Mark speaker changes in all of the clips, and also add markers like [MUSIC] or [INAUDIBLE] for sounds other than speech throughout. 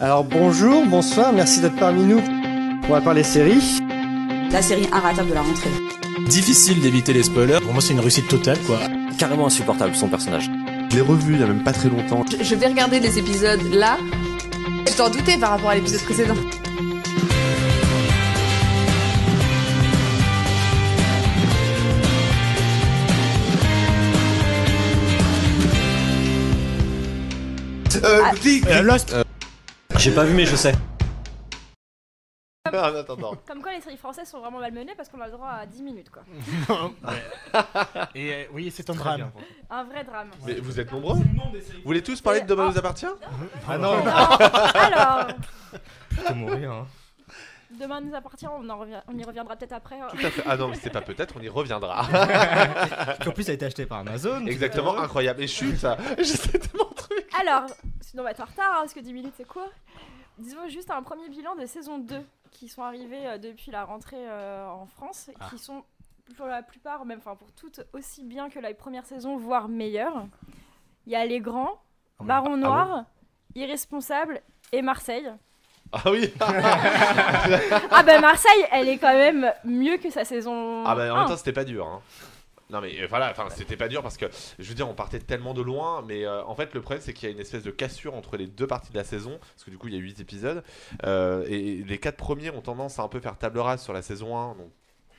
Speaker 1: Alors bonjour, bonsoir, merci d'être parmi nous. On va parler séries.
Speaker 2: La série inratable de la rentrée.
Speaker 3: Difficile d'éviter les spoilers. Pour moi, c'est une réussite totale, quoi.
Speaker 4: Carrément insupportable, son personnage.
Speaker 5: Je l'ai revu il y a même pas très longtemps.
Speaker 6: Je, je vais regarder les épisodes là. Je t'en doutais par rapport à l'épisode précédent.
Speaker 5: Euh,
Speaker 2: Ah.
Speaker 5: clic, clic.
Speaker 3: Euh, Lost
Speaker 4: J'ai pas vu, mais je sais.
Speaker 5: [LAUGHS] Ah, non, attends, attends.
Speaker 7: Comme quoi les séries françaises sont vraiment malmenées parce qu'on a le droit à 10 minutes quoi.
Speaker 3: Et euh, oui, c'est un drame.
Speaker 7: Un vrai drame.
Speaker 5: Mais vous êtes nombreux Vous voulez tous parler de Demain vous appartient
Speaker 3: Ah non, [LAUGHS]
Speaker 7: Alors,
Speaker 3: plutôt mourir. Hein.
Speaker 7: demain nous appartient, on, en revient- on y reviendra
Speaker 3: [LAUGHS]
Speaker 7: peut-être après. [LAUGHS] hein.
Speaker 5: Tout à fait. Ah non, mais c'est pas peut-être, on y reviendra.
Speaker 3: En plus, ça a été acheté par Amazon.
Speaker 5: Exactement, incroyable. Et chute, ça. [LAUGHS] Je sais tellement de trucs.
Speaker 7: Alors, sinon on va être en retard hein, parce que 10 minutes c'est quoi Disons juste un premier bilan de saison 2 qui sont arrivés euh, depuis la rentrée euh, en France, et
Speaker 3: Ah.
Speaker 7: qui sont pour la plupart, même enfin pour toutes, aussi bien que la première saison, voire meilleure. Il y a Les Grands,
Speaker 3: Ah
Speaker 7: Baron Noir, Irresponsable et Marseille.
Speaker 5: Ah oui
Speaker 7: Ah bah Marseille, elle est quand même mieux que sa saison.
Speaker 5: Ah bah en
Speaker 7: un.
Speaker 5: même temps, c'était pas dur. Hein. Non mais euh, voilà, enfin c'était pas dur parce que je veux dire on partait tellement de loin mais euh, en fait le problème c'est qu'il y a une espèce de cassure entre les deux parties de la saison parce que du coup il y a 8 épisodes euh, et les quatre premiers ont tendance à un peu faire table rase sur la saison 1 donc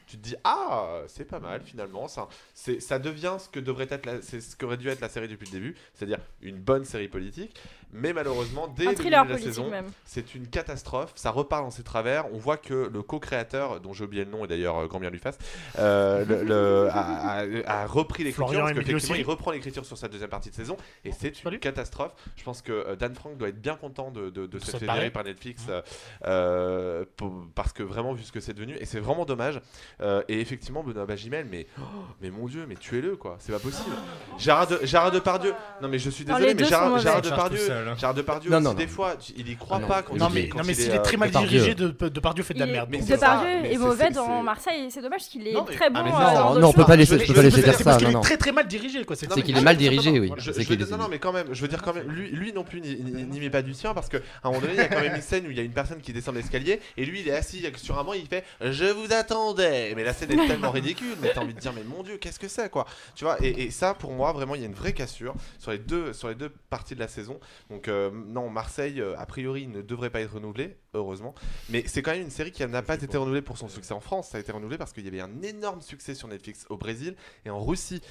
Speaker 5: tu te dis ah c'est pas mal finalement ça c'est ça devient ce que devrait être la- c'est ce qu'aurait dû être la série depuis le début c'est-à-dire une bonne série politique mais malheureusement dès
Speaker 7: un
Speaker 5: le début de
Speaker 7: thriller
Speaker 5: la
Speaker 7: politique
Speaker 5: saison
Speaker 7: même.
Speaker 5: c'est une catastrophe, ça repart dans ses travers. On voit que le co-créateur, dont j'ai oublié le nom et d'ailleurs euh, grand bien lui fasse, euh, le- le- a, a- a repris l'écriture
Speaker 3: Florian
Speaker 5: parce
Speaker 3: Emilio
Speaker 5: qu'effectivement
Speaker 3: Siri.
Speaker 5: il reprend l'écriture sur sa deuxième partie de saison et c'est une
Speaker 3: salut.
Speaker 5: catastrophe. Je pense que euh, Dan Frank doit être bien content de, de, de
Speaker 3: Ça
Speaker 5: s'être fait
Speaker 3: paraît. Hein.
Speaker 5: virer par Netflix euh, euh, pour- parce que vraiment vu ce que c'est devenu et c'est vraiment dommage. Euh, et effectivement Benoît Bagimel, mais oh, mais mon dieu, mais tuez-le quoi, c'est pas possible. Gérard, de, Gérard Depardieu, non mais je suis
Speaker 7: Non,
Speaker 5: désolé,
Speaker 7: les
Speaker 5: mais
Speaker 7: deux sont
Speaker 5: Gérard,
Speaker 7: mauvais.
Speaker 5: Gérard
Speaker 7: Ça
Speaker 5: Depardieu,
Speaker 3: hein.
Speaker 5: Gérard Depardieu,
Speaker 8: Non,
Speaker 5: aussi,
Speaker 8: non,
Speaker 5: des
Speaker 8: non.
Speaker 5: fois, tu- il y croit
Speaker 8: Ah non.
Speaker 5: pas quand
Speaker 3: Non
Speaker 5: il
Speaker 3: mais,
Speaker 5: quand
Speaker 3: non, mais
Speaker 5: il
Speaker 3: s'il
Speaker 5: euh,
Speaker 3: est très mal
Speaker 8: Depardieu.
Speaker 3: dirigé, de, de, Depardieu fait de la
Speaker 7: Il-
Speaker 3: merde.
Speaker 5: Mais
Speaker 3: donc
Speaker 5: c'est ça.
Speaker 7: Depardieu
Speaker 5: Mais
Speaker 7: est
Speaker 5: c'est-
Speaker 7: mauvais
Speaker 5: c'est-
Speaker 7: dans
Speaker 5: c'est-
Speaker 7: Marseille, c'est dommage parce qu'il est
Speaker 5: Non, mais-
Speaker 7: très bon.
Speaker 5: ah, mais
Speaker 7: euh,
Speaker 5: ça,
Speaker 7: dans
Speaker 5: non,
Speaker 7: le
Speaker 8: non, on
Speaker 7: choix.
Speaker 8: peut pas laisser, je
Speaker 5: Je-
Speaker 8: peux pas
Speaker 5: je- c'est
Speaker 8: laisser
Speaker 3: C'est
Speaker 8: faire
Speaker 3: parce
Speaker 8: ça.
Speaker 3: qu'il
Speaker 8: Non,
Speaker 3: est
Speaker 8: non.
Speaker 3: très très mal dirigé quoi.
Speaker 5: Non,
Speaker 8: C'est
Speaker 5: mais-
Speaker 8: qu'il est mal
Speaker 5: Ah,
Speaker 8: dirigé, oui.
Speaker 5: Je,
Speaker 8: C'est
Speaker 5: je
Speaker 8: qu'il
Speaker 5: veux
Speaker 8: est-
Speaker 5: dire- non, non, mais quand même, je veux dire quand même, lui, lui non plus n'y- n'y n'y met pas du sien parce qu'à un moment donné, il y a quand même une scène où il y a une personne qui descend l'escalier et lui, il est assis sur un banc, il fait Je vous attendais Mais la scène est tellement ridicule, mais t'as envie de dire Mais mon Dieu, qu'est-ce que c'est quoi Tu vois, et, et ça, pour moi, vraiment, il y a une vraie cassure sur les deux, sur les deux parties de la saison. Donc, euh, non, Marseille, euh, a priori, ne devrait pas être renouvelé, heureusement. Mais c'est quand même une série qui n'a pas été renouvelée pour son succès en France. Ça a été renouvelé parce qu'il y avait un énorme succès sur Netflix au Brésil et en Russie.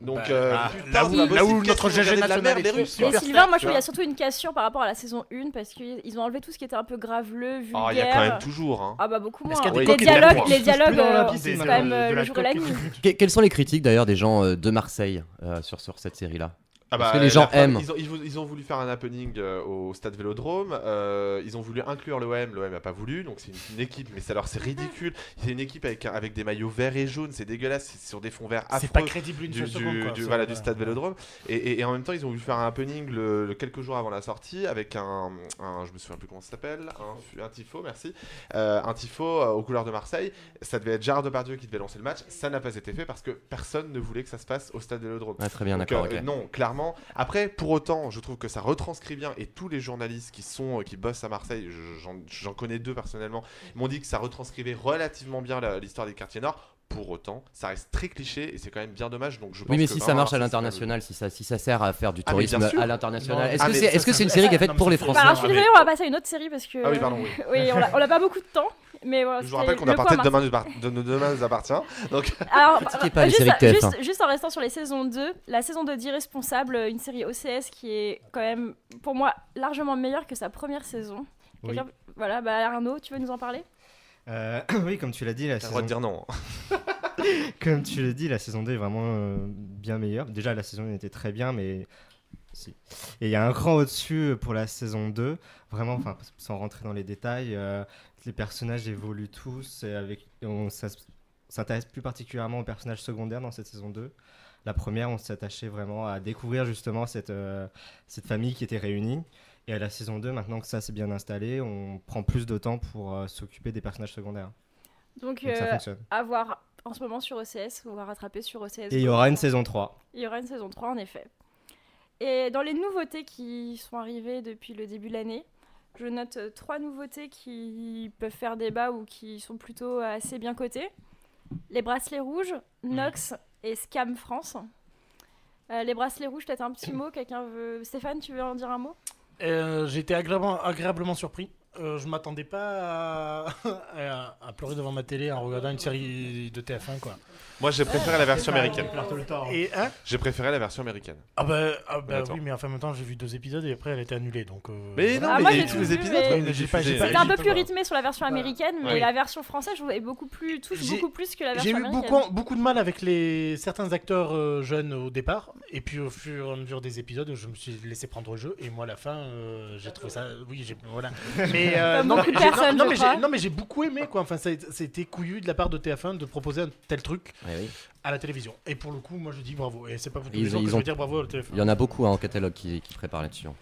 Speaker 5: Donc,
Speaker 3: Bah,
Speaker 5: euh,
Speaker 3: bah,
Speaker 5: putain,
Speaker 3: là où-
Speaker 5: c'est pas
Speaker 3: là
Speaker 5: possible.
Speaker 3: où
Speaker 5: Qu'est-ce
Speaker 3: notre
Speaker 5: que vous regardez
Speaker 3: GG
Speaker 5: de la
Speaker 3: national
Speaker 5: merde,
Speaker 3: est
Speaker 5: les
Speaker 3: trop
Speaker 5: Russes,
Speaker 3: fort.
Speaker 7: Mais Sylvain, moi je
Speaker 5: Tu
Speaker 7: trouve qu'il y
Speaker 5: vois.
Speaker 7: a surtout une cassure par rapport à la saison 1 parce qu'ils ont enlevé tout ce qui était un peu graveleux, vulgaire.
Speaker 5: Ah, il y a quand
Speaker 8: euh,
Speaker 5: même toujours. Hein.
Speaker 7: Ah bah beaucoup moins.
Speaker 3: Est-ce qu'il y a des
Speaker 7: Les
Speaker 3: coquilles de la
Speaker 7: dialogues,
Speaker 3: poire
Speaker 7: les
Speaker 3: qui se poussent
Speaker 7: dialogues
Speaker 3: plus dans la
Speaker 7: euh,
Speaker 3: piscine,
Speaker 7: c'est
Speaker 3: de
Speaker 7: quand
Speaker 3: la-
Speaker 7: même
Speaker 3: de
Speaker 7: euh,
Speaker 3: la
Speaker 7: le jour et la
Speaker 3: coque.
Speaker 5: [LAUGHS]
Speaker 7: nuit.
Speaker 8: Que- quelles sont les critiques d'ailleurs des gens euh, de Marseille euh, sur, sur cette série-là
Speaker 5: Ah
Speaker 3: bah,
Speaker 8: Parce que
Speaker 3: euh,
Speaker 8: les
Speaker 5: la
Speaker 8: gens
Speaker 5: fin,
Speaker 8: aiment.
Speaker 5: Ils ont, ils, vou- ils ont voulu faire un happening euh, au stade Vélodrome. euh, ils ont voulu inclure l'OM. L'OM n'a pas voulu. Donc c'est une, une équipe. Mais ça, alors c'est ridicule. C'est une équipe avec, un- avec des maillots verts et jaunes. C'est dégueulasse. C'est sur des fonds verts affreux.
Speaker 3: C'est pas crédible une
Speaker 5: Ah, du,
Speaker 3: seule
Speaker 5: du-
Speaker 3: seconde quoi.
Speaker 5: du-
Speaker 3: ça,
Speaker 5: voilà, du stade Vélodrome. Et, et- et en même temps, ils ont voulu faire un happening le, le quelques jours avant la sortie avec un, un- je me souviens plus comment ça s'appelle, un, fu- un tifo, merci, Euh, un tifo euh, aux couleurs de Marseille. Ça devait être Gérard Depardieu qui devait lancer le match. Ça n'a pas été fait parce que personne ne voulait que ça se passe au stade Vélodrome.
Speaker 8: Ah, Très bien,
Speaker 5: Donc,
Speaker 8: d'accord.
Speaker 5: euh,
Speaker 8: ok.
Speaker 5: Non, clairement. Après, pour autant, je trouve que ça retranscrit bien et tous les journalistes qui sont euh, qui bossent à Marseille, je- j'en- j'en connais deux personnellement, m'ont dit que ça retranscrivait relativement bien la- l'histoire des quartiers nord. Pour autant, ça reste très cliché et c'est quand même bien dommage. Donc je pense
Speaker 8: Oui, mais
Speaker 5: que
Speaker 8: si ça
Speaker 5: vraiment,
Speaker 8: marche à
Speaker 5: Marseille, c'est pas
Speaker 8: l'international, si ça, si ça sert à faire du
Speaker 5: Ah, mais bien
Speaker 8: tourisme
Speaker 5: sûr. Ah,
Speaker 8: à l'international,
Speaker 3: Non,
Speaker 8: est-ce que
Speaker 5: mais
Speaker 8: c'est
Speaker 5: ça,
Speaker 8: est-ce que
Speaker 3: ça-
Speaker 8: c'est une série qui
Speaker 3: Non,
Speaker 8: est faite
Speaker 3: mais
Speaker 8: pour les
Speaker 3: c'est pas
Speaker 8: Français
Speaker 7: Bah, alors je suis
Speaker 3: Ah,
Speaker 7: désolée, on va passer à une autre série parce que.
Speaker 5: le- Ah oui, pardon. oui.
Speaker 7: Oui, [LAUGHS] on a, on a pas beaucoup de temps. Mais voilà,
Speaker 5: Je vous
Speaker 7: c'était
Speaker 5: rappelle qu'on
Speaker 7: le
Speaker 5: appartient
Speaker 7: point
Speaker 5: de demain, nous par- de de demain nous appartient. Donc
Speaker 7: Alors, euh,
Speaker 8: Critiquez pas les
Speaker 7: juste,
Speaker 8: séries de hein. TF1.
Speaker 7: juste- juste en restant sur les saisons 2, la saison 2 d'Irresponsable, une série OCS qui est quand même, pour moi, largement meilleure que sa première saison.
Speaker 9: Oui.
Speaker 7: Quelqu'un- Voilà, bah Arnaud, tu veux nous en parler
Speaker 9: Euh, oui, comme tu l'as dit, la
Speaker 5: t'as le droit
Speaker 9: saison,
Speaker 5: de dire non.
Speaker 9: comme tu l'as dit, la saison 2 est vraiment euh, bien meilleure. Déjà, la saison 1 était très bien, mais si. Et il y a un rang au-dessus euh, pour la saison 2. Vraiment, enfin, sans rentrer dans les détails, euh, les personnages évoluent tous et avec, et on s'as- s'intéresse plus particulièrement aux personnages secondaires dans cette saison 2. La première, on s'attachait vraiment à découvrir justement cette, euh, cette famille qui était réunie. Et à la saison 2, maintenant que ça s'est bien installé, on prend plus de temps pour euh, s'occuper des personnages secondaires.
Speaker 7: Donc,
Speaker 9: Donc ça
Speaker 7: euh,
Speaker 9: fonctionne.
Speaker 7: à voir en ce moment sur OCS, ou à rattraper sur OCS.
Speaker 9: Et il y aura une saison 3.
Speaker 7: Il y aura une saison 3, en effet. Et dans les nouveautés qui sont arrivées depuis le début de l'année, Je note euh, trois nouveautés qui peuvent faire débat ou qui sont plutôt assez bien cotées. Les bracelets rouges, Nox et Scam France. Euh, les bracelets rouges, peut-être un petit mot, quelqu'un veut... Stéphane, tu veux en dire un mot
Speaker 10: Euh, J'ai été agréablement, agréablement surpris. Euh, je m'attendais pas à, à- à pleurer devant ma télé en regardant une série de TF1 quoi.
Speaker 5: Moi, j'ai préféré la version américaine.
Speaker 10: Et hein
Speaker 5: J'ai préféré la version américaine.
Speaker 10: ah bah, ah bah
Speaker 5: Honnêtement.
Speaker 10: oui mais enfin en même temps j'ai vu deux épisodes et après elle a été annulée donc. euh,
Speaker 5: Mais non,
Speaker 7: Ah,
Speaker 5: mais
Speaker 7: moi,
Speaker 5: il y a
Speaker 7: j'ai
Speaker 5: eu
Speaker 7: tout
Speaker 5: tous les
Speaker 7: vu,
Speaker 5: épisodes.
Speaker 7: mais-
Speaker 5: quand même,
Speaker 10: Mais j'ai
Speaker 5: j'ai
Speaker 10: pas-
Speaker 5: fait-
Speaker 10: j'ai pas-
Speaker 7: C'est un peu
Speaker 10: justement.
Speaker 7: plus rythmé sur la version américaine, mais
Speaker 5: Oui.
Speaker 7: la version française je- est beaucoup plus touche
Speaker 10: J'ai-
Speaker 7: beaucoup plus que la
Speaker 10: J'ai
Speaker 7: version
Speaker 10: eu
Speaker 7: américaine.
Speaker 10: beaucoup, beaucoup de mal avec les, certains acteurs euh, jeunes au départ, et puis au fur et à mesure des épisodes, je me suis laissé prendre au jeu, et moi à la fin, euh, j'ai trouvé ça. Oui, j'ai. Voilà. [LAUGHS] Mais, euh,
Speaker 7: Comme
Speaker 10: non,
Speaker 7: beaucoup de
Speaker 10: mais j'ai-
Speaker 7: personnes,
Speaker 10: non,
Speaker 7: je
Speaker 10: mais j'ai-
Speaker 7: crois.
Speaker 10: non, mais j'ai beaucoup aimé, quoi. Enfin, ça a été- c'était couillu de la part de TF1 de proposer un tel truc
Speaker 8: Ouais,
Speaker 9: Eh
Speaker 8: oui.
Speaker 10: à la télévision. Et pour le coup, moi je dis bravo. Et c'est pas pour tous
Speaker 8: Ils-
Speaker 10: les gens que
Speaker 8: ils
Speaker 10: je
Speaker 8: ont-
Speaker 10: veux dire bravo à la TF1.
Speaker 8: Il y en a beaucoup hein, en catalogue qui, qui préparent là-dessus. hein.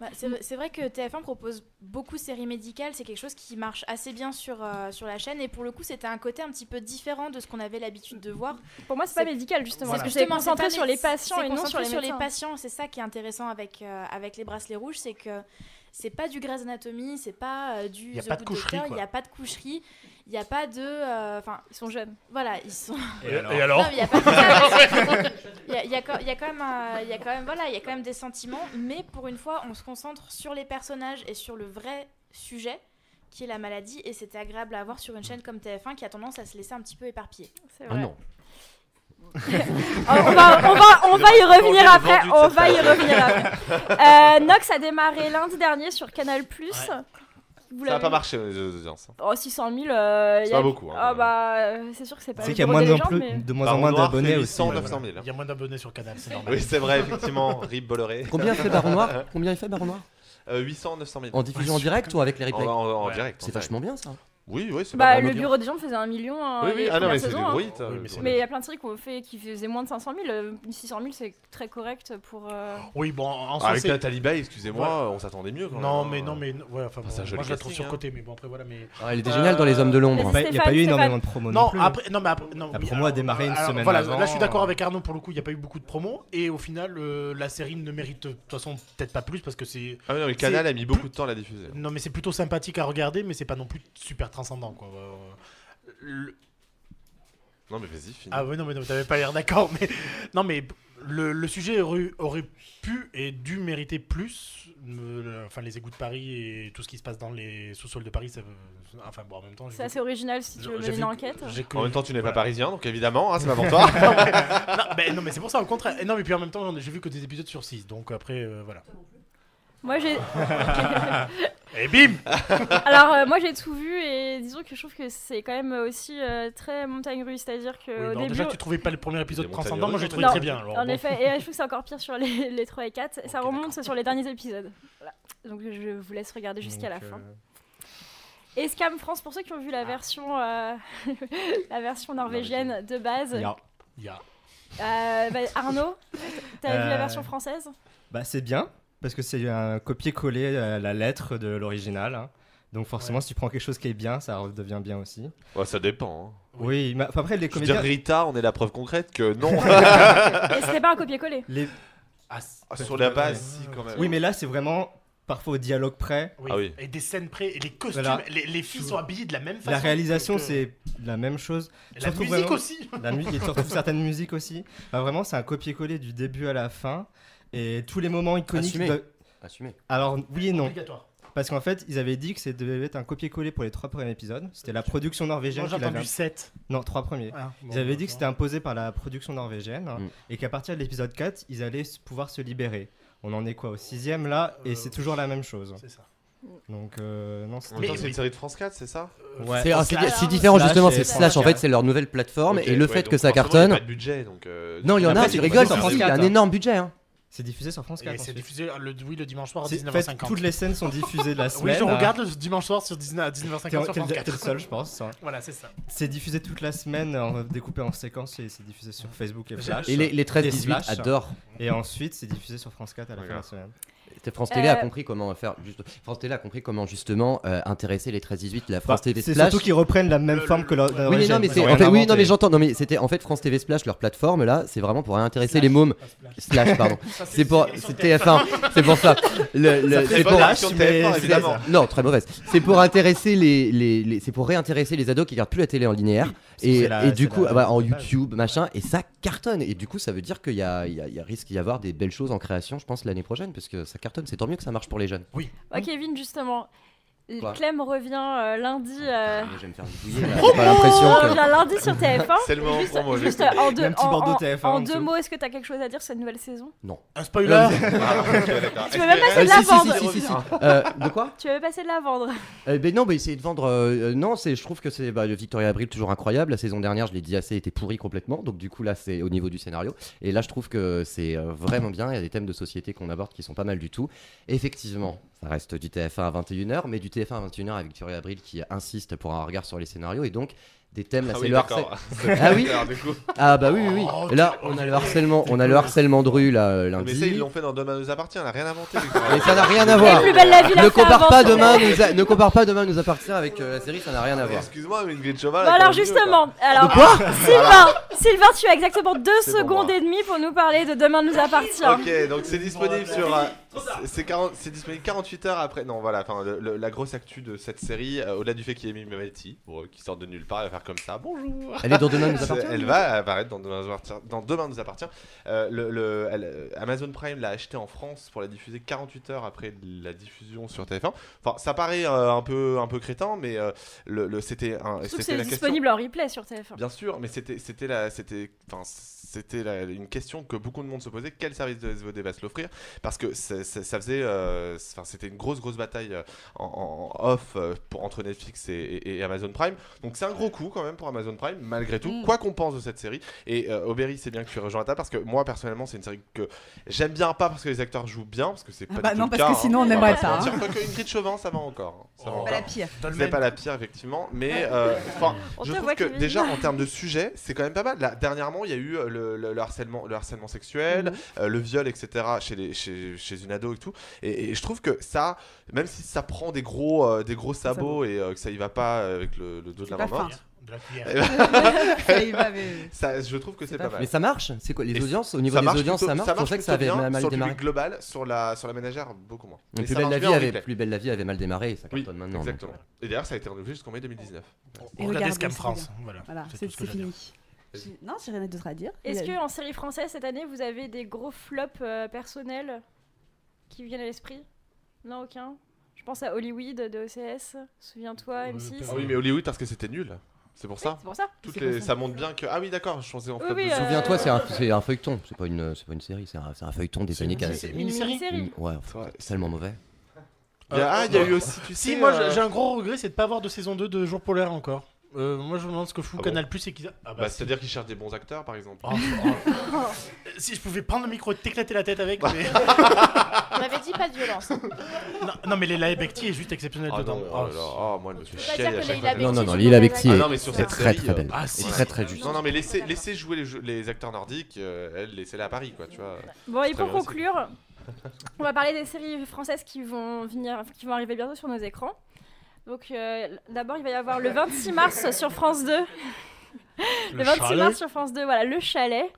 Speaker 11: Bah, c'est vrai- c'est vrai que TF1 propose beaucoup de séries médicales, c'est quelque chose qui marche assez bien sur, euh, sur la chaîne et pour le coup c'était un côté un petit peu différent de ce qu'on avait l'habitude de voir.
Speaker 7: Pour moi, c'est pas médical justement.
Speaker 10: Voilà.
Speaker 7: Parce que c'est
Speaker 11: Justement,
Speaker 7: concentré
Speaker 11: pas
Speaker 7: sur
Speaker 11: méde-
Speaker 7: les patients
Speaker 11: c'est
Speaker 7: et non sur
Speaker 11: concentré
Speaker 7: les
Speaker 12: hein.
Speaker 7: médecins.
Speaker 11: patients, c'est ça qui est intéressant avec, euh, avec les bracelets rouges, c'est que c'est pas du Grey's Anatomy, c'est pas euh, du
Speaker 10: Y a
Speaker 11: The
Speaker 10: pas de
Speaker 11: Good
Speaker 10: coucherie,
Speaker 11: Doctor,
Speaker 10: quoi.
Speaker 11: il n'y a pas de coucherie, il n'y a pas de... euh, Enfin,
Speaker 7: Ils sont jeunes.
Speaker 11: voilà, ils sont...
Speaker 10: Et alors,
Speaker 11: Non, mais y a pas de ça. Il y a- il y a quand- il y a quand même, un- il y a quand même, voilà, il y a quand même des sentiments, mais pour une fois, on se concentre sur les personnages et sur le vrai sujet qui est la maladie, et c'était agréable à voir sur une chaîne comme TF1 qui a tendance à se laisser un petit peu éparpiller.
Speaker 7: C'est
Speaker 8: Ah
Speaker 7: vrai.
Speaker 11: [LAUGHS]
Speaker 8: non.
Speaker 7: Oh, on va, on va, on va y revenir
Speaker 4: vendu
Speaker 7: après.
Speaker 4: de sa
Speaker 7: On va y revenir après. Euh, Nox a démarré lundi dernier sur Canal+. Vous
Speaker 5: Ça n'a
Speaker 7: l'avez
Speaker 5: pas
Speaker 7: vu
Speaker 5: marché les audiences. hein.
Speaker 7: Oh, 600 000. euh, y
Speaker 5: C'est
Speaker 7: a-
Speaker 5: pas beaucoup. hein.
Speaker 7: Ah bah, euh, c'est sûr que c'est pas.
Speaker 9: C'est
Speaker 7: le
Speaker 9: qu'il y a
Speaker 7: gros
Speaker 9: moins
Speaker 7: des
Speaker 9: en
Speaker 7: légendes,
Speaker 9: plus-
Speaker 7: mais-
Speaker 9: de moins en
Speaker 5: Baron
Speaker 9: moins
Speaker 5: Noir,
Speaker 9: d'abonnés
Speaker 5: c'est
Speaker 9: aussi. euh,
Speaker 5: 800,
Speaker 9: ouais,
Speaker 5: 900 000.
Speaker 10: Il y a moins d'abonnés sur Canal, c'est normal.
Speaker 5: Oui, c'est vrai, effectivement. [LAUGHS] Rip Bolloré.
Speaker 8: Combien fait Baron Noir Combien il fait Baron Noir
Speaker 5: Euh, 800, 900 000.
Speaker 8: En diffusion en direct ou avec les
Speaker 5: En,
Speaker 8: replays
Speaker 5: en- en
Speaker 10: Ouais.
Speaker 5: direct. en
Speaker 8: C'est
Speaker 5: direct.
Speaker 8: vachement bien ça.
Speaker 5: Oui, oui, c'est
Speaker 7: Bah,
Speaker 8: pas
Speaker 7: le
Speaker 8: mal.
Speaker 7: bureau des gens faisait un million. hein,
Speaker 5: Oui, oui,
Speaker 10: euh,
Speaker 7: les
Speaker 5: ah non, mais
Speaker 7: premières
Speaker 5: c'est du
Speaker 7: saisons, hein.
Speaker 5: bruit. t'as-
Speaker 10: Oui, mais c'est-
Speaker 7: Mais il y a plein de séries qu'on fait qui faisaient moins de 500 000. euh, 600 000, c'est très correct pour. euh,
Speaker 10: Oui, bon, en soi,
Speaker 5: Avec
Speaker 10: c'est.
Speaker 5: Nathalie Baye, excusez-moi, on s'attendait mieux quand
Speaker 10: Non,
Speaker 5: même,
Speaker 10: mais
Speaker 5: hein.
Speaker 10: non, mais. Ouais, enfin,
Speaker 5: Ah, c'est un
Speaker 10: bon,
Speaker 5: joli
Speaker 10: moi je la trouve
Speaker 5: casting, hein.
Speaker 10: surcotée, mais bon, après voilà, mais.
Speaker 8: Ah, elle était géniale dans Les Hommes de
Speaker 9: Il n'y a
Speaker 8: l'ombre.
Speaker 9: pas- il y a pas
Speaker 7: Stéphane,
Speaker 9: eu énormément de promos non
Speaker 10: Non,
Speaker 9: plus.
Speaker 10: après, non, mais après, non,
Speaker 9: La
Speaker 10: oui,
Speaker 9: promo a démarré une semaine
Speaker 10: voilà,
Speaker 9: avant.
Speaker 10: Là, je suis d'accord avec Arnaud, pour le coup, il n'y a pas eu beaucoup de promos. Et au final, euh, la série ne mérite, de toute façon, peut-être pas plus, parce que c'est.
Speaker 5: Ah, mais non, mais Canal a mis beaucoup de temps à la diffuser.
Speaker 10: Non, mais c'est plutôt sympathique à regarder, mais c'est pas non plus super transcendant, quoi. Euh, le-
Speaker 5: Non, mais vas-y, finis.
Speaker 10: Ah, ouais, non, mais non, t'avais pas l'air d'accord, mais. [LAUGHS] Non, mais. Le, le sujet aurait, aurait pu et dû mériter plus. Euh, enfin, les égouts de Paris et tout ce qui se passe dans les sous-sols de Paris, ça, veut- enfin bon, en même temps. j'ai
Speaker 7: C'est
Speaker 10: vu-
Speaker 7: assez original si tu veux
Speaker 10: j'ai
Speaker 7: mener
Speaker 10: vu-
Speaker 7: une enquête.
Speaker 10: j'ai que-
Speaker 5: En même temps, tu n'es
Speaker 10: voilà.
Speaker 5: pas parisien, donc évidemment, hein, c'est pas
Speaker 10: [LAUGHS]
Speaker 5: pour toi.
Speaker 10: non, mais, non, mais c'est pour ça, au contraire. Et non, mais puis en même temps, j'en ai- j'ai vu que des épisodes sur 6. Donc après, euh, voilà.
Speaker 7: Moi, j'ai.
Speaker 10: Et eh,
Speaker 7: Euh,
Speaker 10: bim
Speaker 7: Alors euh, moi j'ai tout vu et disons que je trouve que c'est quand même aussi euh, très montagne russe, c'est-à-dire que
Speaker 10: Oui,
Speaker 7: au
Speaker 10: non,
Speaker 7: début
Speaker 10: Déjà, tu trouvais pas le premier épisode
Speaker 5: Des montagnes
Speaker 10: transcendant. Moi,
Speaker 5: russes,
Speaker 10: j'ai
Speaker 5: on
Speaker 10: trouvé
Speaker 7: peut
Speaker 10: très
Speaker 7: dire.
Speaker 10: bien. alors
Speaker 7: en
Speaker 10: bon.
Speaker 7: effet et euh, je trouve que c'est encore pire sur les, les 3 et 4, ça
Speaker 10: Ok,
Speaker 7: remonte sur les derniers épisodes. Voilà. Donc je vous laisse regarder jusqu'à la
Speaker 9: Donc,
Speaker 7: fin.
Speaker 9: euh,
Speaker 10: euh,
Speaker 7: Et Scam France pour ceux qui ont vu
Speaker 10: Ah.
Speaker 7: la version euh, [LAUGHS] la version norvégienne de base.
Speaker 9: il y a-
Speaker 10: Il y a-
Speaker 7: Euh, bah, Arnaud, t'as vu la
Speaker 9: Euh,
Speaker 7: version française
Speaker 9: Bah, c'est bien, parce que c'est un copier-coller à la lettre de l'original. hein. Donc forcément, si tu prends quelque chose qui est bien, ça redevient bien aussi.
Speaker 5: Ouais, ça dépend. hein.
Speaker 9: Oui, mais enfin, après, les
Speaker 5: Je veux dire,
Speaker 9: comédiens...
Speaker 5: Rita, on est la preuve concrète
Speaker 10: [LAUGHS]
Speaker 5: que non.
Speaker 7: Et c'était pas un copier-coller.
Speaker 9: les-
Speaker 10: Ah, c'est-
Speaker 5: Ah, Sur la base, si, quand même.
Speaker 9: Oui, mais là, c'est vraiment parfois au dialogue près.
Speaker 10: Oui.
Speaker 5: Ah oui.
Speaker 10: Et des scènes près, et les costumes,
Speaker 9: Voilà.
Speaker 10: les, les filles sont habillées de la même façon.
Speaker 9: La réalisation,
Speaker 10: que-
Speaker 9: c'est la même chose.
Speaker 10: et La
Speaker 9: surtout
Speaker 10: musique
Speaker 9: vraiment-
Speaker 10: aussi
Speaker 9: [LAUGHS] La musique, et surtout certaines musiques aussi. Enfin, vraiment, c'est un copier-coller du début à la fin. Et tous les moments iconiques...
Speaker 8: Assumé.
Speaker 9: doivent-
Speaker 8: Assumé.
Speaker 9: Alors, oui et non.
Speaker 10: Obligatoire.
Speaker 9: Parce qu'en fait, ils avaient dit que ça devait être un copier-coller pour les trois premiers épisodes. C'était la production norvégienne
Speaker 10: Moi, j'ai
Speaker 9: qui l'avait...
Speaker 10: entendu 7.
Speaker 9: Non, trois premiers. Ils avaient dit que c'était imposé par la production norvégienne hein,
Speaker 8: Mm.
Speaker 9: et qu'à partir de l'épisode 4, ils allaient s- pouvoir se libérer. On en est quoi au sixième là
Speaker 10: Euh,
Speaker 9: et c'est toujours la même chose.
Speaker 10: C'est ça.
Speaker 9: Donc euh, non, c'était-
Speaker 5: En même temps,
Speaker 10: Mais-
Speaker 5: c'est une série de France 4, c'est ça
Speaker 10: Euh,
Speaker 9: Ouais.
Speaker 8: C'est-
Speaker 10: Slash,
Speaker 8: ah, C'est c'est
Speaker 10: alors,
Speaker 8: différent
Speaker 9: Slash
Speaker 8: justement,
Speaker 9: et
Speaker 8: c'est
Speaker 9: Franck
Speaker 8: Slash hein. en
Speaker 9: Lacard.
Speaker 8: fait c'est leur nouvelle plateforme
Speaker 5: Ok,
Speaker 8: et le
Speaker 5: ouais,
Speaker 8: fait
Speaker 5: donc
Speaker 8: que ça
Speaker 5: forcément, il y a
Speaker 8: cartonne.
Speaker 5: pas de budget, donc. euh,
Speaker 8: Non il y en a,
Speaker 9: Après,
Speaker 8: tu
Speaker 9: c'est
Speaker 8: rigoles,
Speaker 9: sur France
Speaker 8: il y a un
Speaker 9: 4, hein.
Speaker 8: énorme budget. hein.
Speaker 9: C'est diffusé sur France 4.
Speaker 10: Et c'est
Speaker 9: ensuite.
Speaker 10: diffusé euh, le, oui, le dimanche soir à
Speaker 9: C'est- en fait,
Speaker 10: 19h50.
Speaker 9: toutes les scènes sont diffusées de la semaine.
Speaker 10: [LAUGHS] Oui, je
Speaker 9: hein.
Speaker 10: regarde le dimanche soir sur 19, à
Speaker 9: T'es-
Speaker 10: 19h50 sur
Speaker 9: T'es
Speaker 10: France
Speaker 9: t'es le
Speaker 10: 4.
Speaker 9: seul, je pense. hein.
Speaker 10: Voilà, c'est ça.
Speaker 9: C'est diffusé toute la semaine, en- découpé en séquences et c'est diffusé sur Facebook et
Speaker 10: J'ai-
Speaker 9: Flash.
Speaker 8: Et les, les
Speaker 9: Et
Speaker 8: 13-18
Speaker 9: Slash.
Speaker 8: adorent.
Speaker 9: Et ensuite, c'est diffusé sur France 4 à la fin de la
Speaker 5: Regarde.
Speaker 9: semaine.
Speaker 8: C'était France Télé a
Speaker 11: Euh,
Speaker 8: compris comment faire. juste- France Télé a compris comment justement euh, intéresser les 13-18 de la France TV
Speaker 9: Bah, C'est
Speaker 8: Splash.
Speaker 9: surtout qu'ils reprennent la même forme que leur. leur
Speaker 8: Oui, mais non,
Speaker 9: chaîne.
Speaker 8: mais
Speaker 9: Ils
Speaker 8: c'est-
Speaker 9: ont
Speaker 8: en fait,
Speaker 9: rien
Speaker 8: oui, non,
Speaker 9: inventé.
Speaker 8: mais j'entends. Non, mais c'était en fait France TV Splash, leur plateforme là, c'est vraiment pour intéresser les mômes. Splash, pardon.
Speaker 9: Ça, c'est
Speaker 8: C'est pour,
Speaker 9: une
Speaker 8: c'est
Speaker 9: question
Speaker 8: TF1. C'est pour ça. Le- le-
Speaker 9: Ça fait
Speaker 8: c'est
Speaker 9: bonne
Speaker 8: pour,
Speaker 9: action de TF1,
Speaker 8: c'est-
Speaker 9: évidemment.
Speaker 8: Non, très mauvaise. C'est pour intéresser les, les, les- c'est pour réintéresser les ados qui regardent plus la télé en linéaire et,
Speaker 9: c'est la-
Speaker 8: et du
Speaker 9: c'est
Speaker 8: coup,
Speaker 9: la-
Speaker 8: ah bah, en YouTube, machin, et ça cartonne. Et du coup, ça veut dire qu'il y a, il y a- il y a risque d'y avoir des belles choses en création, je pense, l'année prochaine, parce que ça cartonne. C'est tant mieux que ça marche pour les jeunes.
Speaker 10: Oui.
Speaker 7: Ouais, Kevin, Euh, justement. l-
Speaker 8: Quoi
Speaker 7: Clem revient euh, lundi. euh,
Speaker 8: Je vais me faire zigouiller, là. J'ai pas l'impression que-
Speaker 7: revient lundi
Speaker 5: [LAUGHS]
Speaker 7: sur TF1.
Speaker 10: C'est le moment
Speaker 7: juste,
Speaker 10: promo,
Speaker 7: juste
Speaker 10: j'ai-
Speaker 7: en deux,
Speaker 10: Il y a un petit
Speaker 7: en-
Speaker 10: Bordeaux
Speaker 7: en-
Speaker 10: TF1
Speaker 7: en
Speaker 10: en
Speaker 7: deux
Speaker 10: dessous.
Speaker 7: mots, est-ce que t'as quelque chose à dire sur cette
Speaker 5: [LAUGHS]
Speaker 7: nouvelle saison
Speaker 8: Non.
Speaker 10: Un spoiler
Speaker 8: Ah, ok, d'accord.
Speaker 7: Tu veux même pas
Speaker 5: Ah,
Speaker 7: essayer de
Speaker 8: Euh,
Speaker 7: la
Speaker 8: si, si,
Speaker 7: vendre
Speaker 8: si, si, si,
Speaker 10: Ah,
Speaker 8: si. Euh, De quoi
Speaker 7: Tu veux même pas essayer de la vendre
Speaker 8: Euh, ben non, mais essayer de vendre. euh, euh, non, c'est, je trouve que c'est bah, le Victoria Abril toujours incroyable. La saison dernière, je l'ai dit assez, était pourrie complètement. Donc du coup là, c'est au niveau du scénario. Et là, je trouve que c'est euh, vraiment bien. Il y a des thèmes de société qu'on aborde qui sont pas mal du tout. Effectivement, ça reste du TF1 à 21h, mais du TF1 à 21h avec Victoria Abril qui insiste pour un regard sur les scénarios et donc des thèmes là,
Speaker 5: Ah
Speaker 8: c'est
Speaker 5: oui,
Speaker 8: le harcèlement.
Speaker 5: d'accord.
Speaker 8: Ah oui.
Speaker 5: Alors, du coup-
Speaker 8: Ah bah oui, oui, oui.
Speaker 5: Oh,
Speaker 8: là,
Speaker 5: tu- Ah,
Speaker 8: on a le harcèlement, on a le harcèlement de rue là euh, lundi.
Speaker 5: Mais ça, ils l'ont fait dans Demain nous appartient, on a rien inventé.
Speaker 8: Ah, Mais ça n'a rien à voir. ne compare pas demain, nous a- ne compare pas demain nous appartient avec euh, la série, ça n'a rien à voir.
Speaker 5: Excuse-moi, Ah, mais une grille de cheval.
Speaker 7: Bah
Speaker 5: elle
Speaker 7: alors
Speaker 5: est
Speaker 7: justement,
Speaker 5: mieux, quoi.
Speaker 7: alors
Speaker 8: De quoi
Speaker 7: Sylvain, Sylvain, tu as exactement deux
Speaker 5: C'est pour
Speaker 7: secondes et demie pour nous parler de Demain nous appartient.
Speaker 5: Ok, donc c'est disponible sur. euh, c'est- c'est 40 c'est disponible 48 heures après. Non, voilà, enfin, le- le- la grosse actu de cette série, euh, au-delà du fait qu'il y ait Mimi Mati, bon, euh, qui sort de nulle part, elle va faire comme ça. Bonjour
Speaker 8: Elle est dans Demain nous
Speaker 5: [LAUGHS] C'est-
Speaker 8: appartient,
Speaker 5: Elle
Speaker 8: ou-
Speaker 5: va apparaître dans Demain nous appartient. dans Demain nous appartient. Euh, le, le- elle, euh, Amazon Prime l'a acheté en France pour la diffuser 48 heures après la diffusion sur TF1. Enfin, ça paraît euh, un, peu, un peu crétin, mais euh, le, le- c'était un-
Speaker 7: Surtout que
Speaker 5: c'était
Speaker 7: c'est
Speaker 5: la question.
Speaker 7: disponible en replay sur TF1.
Speaker 5: Bien sûr, mais c'était c'était la c'était enfin c'était la- une question que beaucoup de monde se posait. Quel service de SVOD va se l'offrir Parce que ça, ça- ça faisait euh, enfin c'était une grosse grosse bataille euh, en, en- en off euh, pour entre Netflix et, et- et Amazon Prime. Donc c'est un gros coup quand même pour Amazon Prime malgré tout.
Speaker 12: Mm.
Speaker 5: Quoi qu'on pense de cette série. Et euh, Aubery, c'est bien que tu rejoins la table parce que moi personnellement c'est une série que j'aime bien pas parce que les acteurs jouent bien parce que c'est pas
Speaker 12: bah
Speaker 5: du tout
Speaker 12: non,
Speaker 5: le
Speaker 12: parce
Speaker 5: cas, hein.
Speaker 12: que sinon, on
Speaker 5: va
Speaker 12: n'aimerait
Speaker 5: se
Speaker 12: pas,
Speaker 5: mentir.
Speaker 12: hein.
Speaker 5: Quoique Ingrid Chauvin ça va encore. hein. Ça va
Speaker 12: C'est pas
Speaker 5: encore.
Speaker 12: la pire.
Speaker 5: C'est pas la pire effectivement, mais euh, enfin,
Speaker 12: On
Speaker 5: je
Speaker 12: te
Speaker 5: trouve
Speaker 12: voit,
Speaker 5: que
Speaker 12: Kevin.
Speaker 5: déjà en termes de sujet, c'est quand même pas mal. Là, dernièrement, il y a eu euh, le, le- le harcèlement, le harcèlement sexuel, euh, le viol, etc. chez, les, chez, chez une ado et tout. Et, et je trouve que ça, même si ça prend des gros, euh, des gros sabots et euh, que ça y va pas avec le, le dos de la
Speaker 12: pas
Speaker 5: main morte,
Speaker 12: fin. De la cuillère.
Speaker 5: eh ben-
Speaker 12: Ça y va, mais-
Speaker 5: Ça, je trouve que c'est pas,
Speaker 8: pas
Speaker 5: mal.
Speaker 8: Mais ça marche C'est quoi, les
Speaker 5: Et
Speaker 8: audiences, au
Speaker 5: ça
Speaker 8: niveau des
Speaker 5: marche
Speaker 8: audiences,
Speaker 5: plutôt-
Speaker 8: ça marche C'est pour ça que ça
Speaker 5: plutôt
Speaker 8: avait
Speaker 5: bien
Speaker 8: mal
Speaker 5: sur le
Speaker 8: démarré.
Speaker 5: public global, sur la, sur la ménagère, beaucoup moins.
Speaker 8: Mais
Speaker 5: Mais
Speaker 8: plus,
Speaker 5: ça
Speaker 8: belle la
Speaker 5: marche
Speaker 8: vie
Speaker 5: bien en
Speaker 8: avait,
Speaker 5: replay.
Speaker 8: plus belle la vie avait mal démarré et ça
Speaker 5: Oui,
Speaker 8: cartonne maintenant. donc.
Speaker 5: exactement. Et d'ailleurs, ça a été renouvelé jusqu'en mai 2019.
Speaker 12: Et
Speaker 10: Regardez
Speaker 12: regarde
Speaker 10: Scam
Speaker 12: aussi,
Speaker 10: France,
Speaker 12: bien.
Speaker 10: voilà.
Speaker 12: Voilà,
Speaker 10: C'est
Speaker 12: c'est
Speaker 10: tout ce que j'ai
Speaker 12: c'est
Speaker 10: à
Speaker 12: fini. J'ai- Non, j'ai rien d'autre à dire.
Speaker 7: Est-ce
Speaker 12: Il y
Speaker 7: que
Speaker 12: a-
Speaker 7: en série française cette année vous avez des gros flops euh, personnels qui viennent à l'esprit Non, aucun. Je pense à Hollywood de OCS. Souviens-toi, M6.
Speaker 5: Ah oui, mais Hollywood parce que c'était nul. C'est pour ça.
Speaker 7: c'est pour ça.
Speaker 5: Toutes
Speaker 7: C'est
Speaker 5: les-
Speaker 7: pour ça.
Speaker 5: ça montre bien que ah oui d'accord, je pensais en
Speaker 7: Oui,
Speaker 5: flop
Speaker 7: oui,
Speaker 5: de-
Speaker 7: euh,
Speaker 8: Souviens-toi, c'est un, c'est un feuilleton, c'est pas, une, c'est pas une série, c'est un, c'est un feuilleton des années
Speaker 10: une- c'est une mini-série.
Speaker 8: Mini- Ouais, c'est tellement mauvais.
Speaker 5: Il y a- ah, il y a eu aussi, tu
Speaker 10: si,
Speaker 5: sais,
Speaker 10: moi
Speaker 5: euh,
Speaker 10: j'ai- j'ai un gros regret, c'est de pas avoir de saison 2 de Jour polaire encore. Euh, moi je me demande ce que fout
Speaker 5: Ah bon
Speaker 10: Canal Plus et qu'ils. Ah
Speaker 5: Bah,
Speaker 10: si. Oh,
Speaker 5: c'est-à-dire qu'ils cherchent des bons acteurs par exemple.
Speaker 10: [LAUGHS] si je pouvais prendre le micro et t'éclater la tête avec. Mais...
Speaker 11: On avait dit pas de violence.
Speaker 10: [LAUGHS] non, non, mais Leila Bekti est juste exceptionnelle
Speaker 5: Ah
Speaker 10: dedans.
Speaker 5: non,
Speaker 10: Ah,
Speaker 5: oh là là, oh, moi elle me fait
Speaker 11: pas
Speaker 5: chier
Speaker 11: dire
Speaker 5: à
Speaker 11: que
Speaker 5: chaque
Speaker 11: Leila
Speaker 5: fois.
Speaker 11: Bekti, c'est
Speaker 8: Leila Bekti
Speaker 5: Ah
Speaker 8: est
Speaker 5: non mais sur cette
Speaker 8: très,
Speaker 5: série,
Speaker 8: très belle.
Speaker 5: euh,
Speaker 8: Ah, si. Très, très juste.
Speaker 5: Non non mais laissez laissez jouer les, jeux- les acteurs nordiques, euh, elle laissez-la à Paris quoi, tu vois.
Speaker 7: Bon,
Speaker 5: C'est
Speaker 7: et
Speaker 5: très
Speaker 7: pour
Speaker 5: vrai, c'est-
Speaker 7: conclure, [LAUGHS] on va parler des séries françaises qui vont, venir, qui vont arriver bientôt sur nos écrans. Donc, euh, d'abord, il va y avoir le 26 mars sur France 2. Le,
Speaker 10: Le
Speaker 7: 26
Speaker 10: Chalet.
Speaker 7: mars sur France 2, voilà, Le Chalet.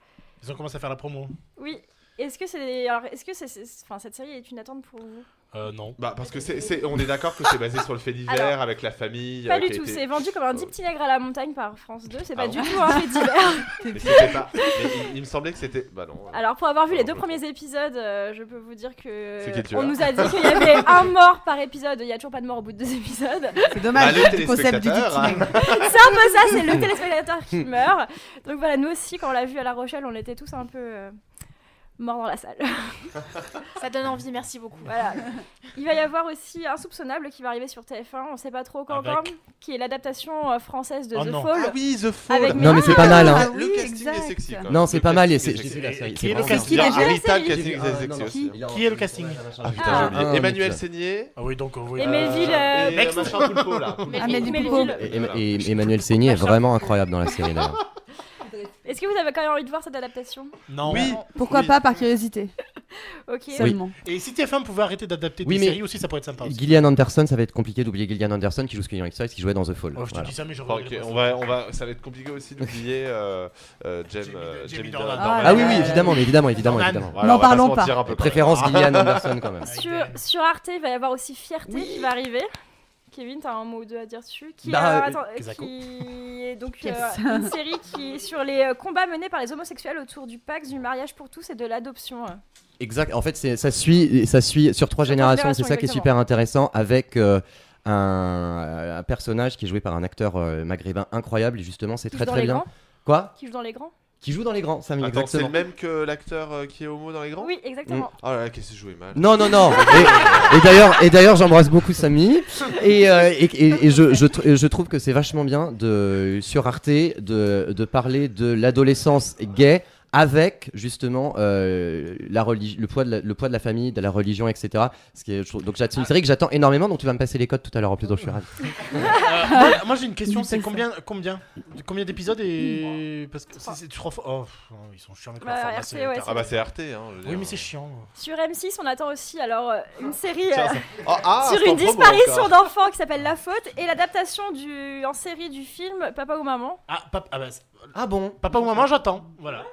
Speaker 10: Ils ont commencé à faire la promo.
Speaker 7: Oui. Est-ce que c'est. Alors, est-ce que c'est. c'est- Enfin, cette série est une attente pour vous
Speaker 10: Euh, non.
Speaker 5: Bah parce que c'est, c'est- on est d'accord que c'est basé sur le fait divers
Speaker 7: Alors,
Speaker 5: avec la famille.
Speaker 7: Pas
Speaker 5: euh,
Speaker 7: du
Speaker 5: qui a
Speaker 7: tout,
Speaker 5: été-
Speaker 7: c'est vendu comme un petit petit nègre à la montagne par France 2, c'est
Speaker 5: Ah
Speaker 7: pas du
Speaker 5: bon
Speaker 7: tout un
Speaker 5: [LAUGHS]
Speaker 7: fait divers.
Speaker 5: Mais c'était pas- mais il, il me semblait que c'était. Bah non.
Speaker 7: Alors pour avoir vu les deux premiers épisodes, euh, je peux vous dire que
Speaker 5: C'est qui le tueur
Speaker 7: on nous a dit qu'il
Speaker 5: [LAUGHS]
Speaker 7: y avait un mort par épisode. Il y a toujours pas de mort au bout de deux épisodes.
Speaker 12: C'est
Speaker 5: Bah, le téléspectateur, hein.
Speaker 7: c'est un peu ça, c'est le téléspectateur qui meurt. Donc voilà, nous aussi quand on l'a vu à La Rochelle, on était tous un peu euh, morts dans la salle.
Speaker 11: [LAUGHS] Ça donne envie, merci beaucoup.
Speaker 7: Voilà. Il va y avoir aussi Insoupçonnable qui va arriver sur TF1, on sait pas trop quand
Speaker 11: Avec-
Speaker 7: encore, qui est l'adaptation euh, française de
Speaker 10: Oh
Speaker 7: The
Speaker 10: non.
Speaker 7: Fall.
Speaker 5: Ah oui, The Fall.
Speaker 7: Avec
Speaker 8: Non, mais c'est pas
Speaker 7: Mélanie.
Speaker 8: mal, hein.
Speaker 5: Le casting est sexy. quand même.
Speaker 8: Non, c'est
Speaker 5: Ah Le
Speaker 8: pas mal, et
Speaker 5: casting
Speaker 8: c'est
Speaker 5: est
Speaker 8: j'ai
Speaker 5: sexy.
Speaker 8: vu la
Speaker 10: Qui
Speaker 8: série.
Speaker 10: est
Speaker 8: c'est
Speaker 10: le
Speaker 8: vraiment
Speaker 10: casting
Speaker 5: bien.
Speaker 10: déjà
Speaker 5: Ah, Rita, le
Speaker 10: J'ai
Speaker 5: casting
Speaker 10: vu-
Speaker 5: est
Speaker 10: ah,
Speaker 5: sexy
Speaker 10: non,
Speaker 5: aussi. hein.
Speaker 10: non. Qui est le casting
Speaker 5: Ah putain, j'ai oublié.
Speaker 8: Ah,
Speaker 5: Emmanuel
Speaker 8: Nicolas.
Speaker 5: Seigné.
Speaker 10: Ah oui, donc on voit.
Speaker 7: Et Melville, euh,
Speaker 5: Et
Speaker 7: Bex.
Speaker 5: machin Poulpo, là.
Speaker 7: Melville-
Speaker 12: Ah, Melville
Speaker 7: Melville.
Speaker 12: Poulpo.
Speaker 8: Et, et- et Emmanuel Seigny est vraiment incroyable dans la série d'ailleurs.
Speaker 7: Est-ce que vous avez quand même envie de voir cette adaptation
Speaker 10: Non.
Speaker 5: Oui.
Speaker 12: Pourquoi
Speaker 5: hein. Oui.
Speaker 12: pas par curiosité
Speaker 7: Ok.
Speaker 8: Seulement.
Speaker 10: Et si TF1 pouvait arrêter d'adapter
Speaker 8: Oui,
Speaker 10: des
Speaker 8: mais-
Speaker 10: séries aussi, ça pourrait être sympa. aussi.
Speaker 8: Gillian Anderson, ça va être compliqué d'oublier Gillian Anderson qui joue Scullion X-Files, qui jouait dans The Fall.
Speaker 10: Oh, je te
Speaker 8: Voilà.
Speaker 10: dis ça, mais je
Speaker 5: Bon,
Speaker 10: regrette
Speaker 5: ok,
Speaker 10: pas.
Speaker 5: on va, on va, ça va être compliqué aussi d'oublier euh, euh, Jem- euh, Jamie Dornan.
Speaker 8: Ah, Ah oui, oui, évidemment, mais évidemment, évidemment,
Speaker 5: Dornan.
Speaker 8: évidemment.
Speaker 5: Voilà, on
Speaker 8: N'en
Speaker 5: va
Speaker 8: parlons
Speaker 5: se mentir
Speaker 8: pas.
Speaker 5: un peu,
Speaker 8: Préférence
Speaker 10: Ah.
Speaker 5: quand même.
Speaker 8: Gillian Anderson,
Speaker 10: [LAUGHS]
Speaker 8: quand même.
Speaker 7: Sur, sur Arte, il va y avoir aussi Fierté qui va arriver. Kevin, t'as un mot ou deux à dire dessus Qui,
Speaker 8: Bah,
Speaker 7: euh,
Speaker 8: euh,
Speaker 7: attends, euh,
Speaker 8: Kesako.
Speaker 7: qui est donc
Speaker 12: Qu'est-ce
Speaker 7: euh, une série qui est sur les euh, combats menés par les homosexuels autour du Pax, du mariage pour tous et de l'adoption. euh.
Speaker 8: Exact. En fait, c'est- ça suit, ça suit sur trois générations. C'est ça qui est
Speaker 7: exactement.
Speaker 8: super intéressant avec euh, un, un personnage qui est joué par un acteur euh, maghrébin incroyable. Et justement, c'est
Speaker 7: Qui
Speaker 8: très
Speaker 7: joue dans
Speaker 8: très
Speaker 7: les
Speaker 8: bien.
Speaker 7: grands
Speaker 8: Quoi
Speaker 7: Qui joue dans les grands
Speaker 8: Qui joue dans les grands Samy,
Speaker 5: Attends, c'est
Speaker 8: exactement.
Speaker 5: le même que l'acteur euh, qui est homo dans les grands
Speaker 7: Oui, exactement.
Speaker 8: Mm.
Speaker 5: Oh là là, qu'est-ce que joué mal.
Speaker 8: Non, non, non. Et, et d'ailleurs, et d'ailleurs, j'embrasse beaucoup Samy. Et, euh, et, et- et je, je, tr- et je trouve que c'est vachement bien de sur Arte de, de parler de l'adolescence gay avec justement euh, la religi- le poids de la, le poids de la famille, de la religion, etc. Ce qui est- je trouve- donc j'attends- c'est une série que j'attends énormément. Donc tu vas me passer les codes tout à l'heure en plus. Donc je suis ravi.
Speaker 10: Euh, moi, moi, j'ai une question, c'est combien, combien, combien d'épisodes et parce que c'est- c'est trois fois. Oh, pff, oh, ils sont chiants avec leur
Speaker 7: Bah,
Speaker 10: format,
Speaker 7: RT,
Speaker 10: c'est-
Speaker 7: ouais,
Speaker 5: Ah bah c'est RT. Hein, je veux
Speaker 10: Oui,
Speaker 5: dire.
Speaker 10: mais c'est chiant.
Speaker 7: Sur M6, on attend aussi alors euh, une série
Speaker 5: Tiens,
Speaker 7: euh,
Speaker 5: ça- Ah, ah,
Speaker 7: sur
Speaker 5: c'est en
Speaker 7: une
Speaker 5: promo
Speaker 7: disparition
Speaker 5: encore.
Speaker 7: d'enfant qui s'appelle La Faute et l'adaptation du en série du film Papa ou Maman.
Speaker 10: Ah, pap- ah, bah, c'est-
Speaker 8: Ah bon
Speaker 10: Papa ou maman, j'attends. Voilà.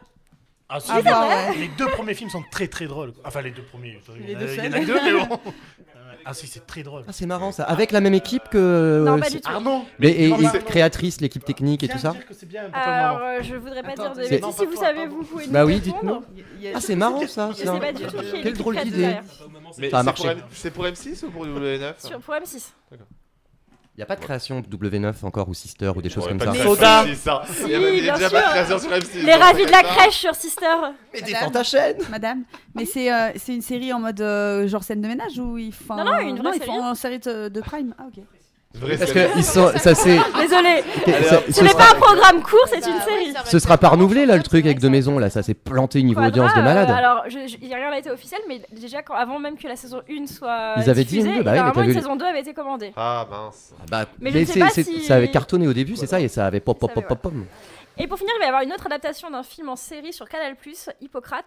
Speaker 10: Ah, si,
Speaker 7: Ah
Speaker 10: les-
Speaker 7: bah ouais.
Speaker 10: Les deux premiers films sont très très drôles. Enfin, les deux premiers.
Speaker 7: Les
Speaker 10: il y en a-
Speaker 7: deux
Speaker 10: il y en a
Speaker 7: seuls.
Speaker 10: que deux, mais bon.
Speaker 7: [LAUGHS]
Speaker 10: Ah, si, c'est très drôle.
Speaker 8: Ah, c'est marrant ça. Avec la même équipe que. euh,
Speaker 10: Non, pas du tout. Ah non.
Speaker 8: Mais et,
Speaker 10: Non,
Speaker 8: et
Speaker 10: non, non.
Speaker 8: créatrice, l'équipe technique et tout ça.
Speaker 10: que c'est bien.
Speaker 7: Alors, euh, je voudrais pas dire de
Speaker 8: c'est-
Speaker 7: bêtises.
Speaker 8: Non,
Speaker 7: Si vous savez, vous pouvez nous
Speaker 8: Bah oui,
Speaker 7: répondre.
Speaker 8: Ah, c'est marrant ça.
Speaker 7: Je sais pas du tout qui est
Speaker 8: Quelle drôle
Speaker 7: l'équipe
Speaker 8: d'idée.
Speaker 7: derrière.
Speaker 5: Mais
Speaker 8: Ça a
Speaker 5: c'est
Speaker 8: marché.
Speaker 5: pour M- C'est pour M6 ou pour W9
Speaker 7: Sur pour M6.
Speaker 8: Il n'y a pas de création de W9 encore ou Sister ou des choses
Speaker 5: Ouais,
Speaker 8: comme
Speaker 5: pas
Speaker 8: ça.
Speaker 5: de création Soda. sur M6, hein.
Speaker 7: Si,
Speaker 5: Il y a même- il y a
Speaker 7: bien
Speaker 5: déjà
Speaker 7: sûr.
Speaker 5: pas de création sur M6,
Speaker 7: Les
Speaker 5: donc
Speaker 7: ravis de la
Speaker 5: c'est pas-
Speaker 7: crèche sur Sister.
Speaker 8: Mais
Speaker 12: Madame, Madame, mais c'est euh, c'est une série en mode euh, genre scène de ménage ou ils font
Speaker 7: Non, non, une vraie
Speaker 12: ils font
Speaker 7: série.
Speaker 12: en série de, de Prime. Ah ok.
Speaker 8: Parce que ils sont, ça c'est.
Speaker 7: Désolé.
Speaker 8: Ok, Ah, ça-
Speaker 7: Ce
Speaker 8: ce
Speaker 7: n'est
Speaker 8: sera-
Speaker 7: pas un programme court, c'est
Speaker 11: Bah,
Speaker 7: une série.
Speaker 8: Ce sera pas renouvelé là le truc avec deux maisons là, ça s'est planté niveau
Speaker 7: Quadra,
Speaker 8: audience de
Speaker 7: euh,
Speaker 8: malade.
Speaker 7: alors, je- je- il y a rien n'a été officiel, mais déjà, quand, avant même que la saison 1 soit.
Speaker 8: Ils avaient dit
Speaker 7: diffusée,
Speaker 8: une deux, bah oui, mais
Speaker 7: apparemment,
Speaker 8: t'as vu
Speaker 7: une
Speaker 8: les-
Speaker 7: saison 2 avait été commandée.
Speaker 5: Ah mince.
Speaker 8: Bah,
Speaker 7: mais je ne sais pas
Speaker 8: c'est-
Speaker 7: si-
Speaker 8: ça avait cartonné au début, c'est ça, et ça avait pop pop
Speaker 7: Ça avait,
Speaker 8: pop pop pop.
Speaker 7: Et pour finir, il va y avoir une autre adaptation d'un film en série sur Canal, Hippocrate.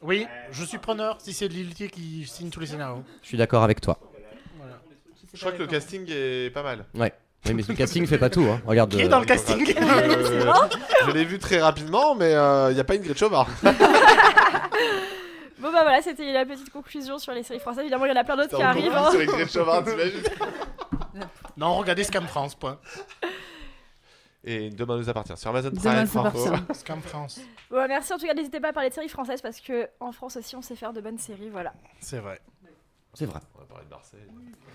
Speaker 10: Oui, je suis preneur si c'est Liltier qui signe tous les scénarios.
Speaker 8: Je suis d'accord avec toi.
Speaker 5: Je crois que le casting est pas mal.
Speaker 8: Ouais. Oui, mais le casting fait pas tout. Hein. Regarde.
Speaker 5: Qui est
Speaker 8: euh,
Speaker 5: dans le casting [LAUGHS]
Speaker 8: Hippocrate.
Speaker 5: Euh, Je l'ai vu très rapidement, mais euh, il n'y a pas une Greta Chauvard.
Speaker 7: Bon, bah voilà, c'était la petite conclusion sur les séries françaises. Évidemment, il y en a plein d'autres
Speaker 10: Ça
Speaker 7: qui
Speaker 10: en
Speaker 7: arrivent.
Speaker 10: conclut
Speaker 7: hein.
Speaker 10: sur les Grèves Chauvard, t'imagines Non, regardez Scam France, point.
Speaker 5: Et demain nous appartient sur Amazon
Speaker 10: Demain
Speaker 5: Prime.
Speaker 10: nous
Speaker 5: Franco.
Speaker 10: appartient. Scam France.
Speaker 7: hein. Bon, bah, merci en tout cas, n'hésitez pas à parler de séries françaises parce que en France aussi, on sait faire de bonnes séries. Voilà.
Speaker 10: C'est vrai.
Speaker 8: C'est vrai.
Speaker 5: On va parler de Marseille.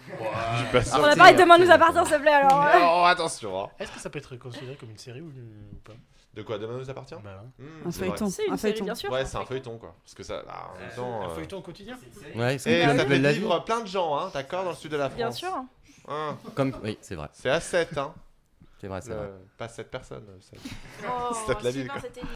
Speaker 5: Je suis pas sûr.
Speaker 7: on a parlé de Demain nous appartient, s'il vous plaît. Alors. hein.
Speaker 5: Non, attention. hein.
Speaker 10: Est-ce que ça peut être considéré comme une série ou, ou pas
Speaker 5: De quoi Demain nous appartient
Speaker 8: Bah
Speaker 5: Mmh,
Speaker 10: Un
Speaker 5: c'est vrai.
Speaker 10: feuilleton, C'est une un série, feuilleton. bien sûr.
Speaker 5: Ouais, c'est un feuilleton quoi. Parce que ça. bah, en même temps,
Speaker 10: Un
Speaker 5: euh,
Speaker 10: feuilleton quotidien
Speaker 8: Ouais, c'est
Speaker 5: Et
Speaker 8: comme
Speaker 5: ça
Speaker 8: la
Speaker 5: fait
Speaker 8: vie.
Speaker 5: vivre plein de gens, hein, d'accord, dans le sud de la France. [LAUGHS]
Speaker 7: Bien sûr.
Speaker 5: Hein.
Speaker 8: Comme oui, c'est vrai.
Speaker 5: C'est à 7, hein.
Speaker 8: C'est vrai, c'est
Speaker 5: Le-
Speaker 8: vrai.
Speaker 5: Pas 7 personnes. 7.
Speaker 11: Oh,
Speaker 5: la ville
Speaker 11: sinon,
Speaker 5: quoi.
Speaker 11: c'était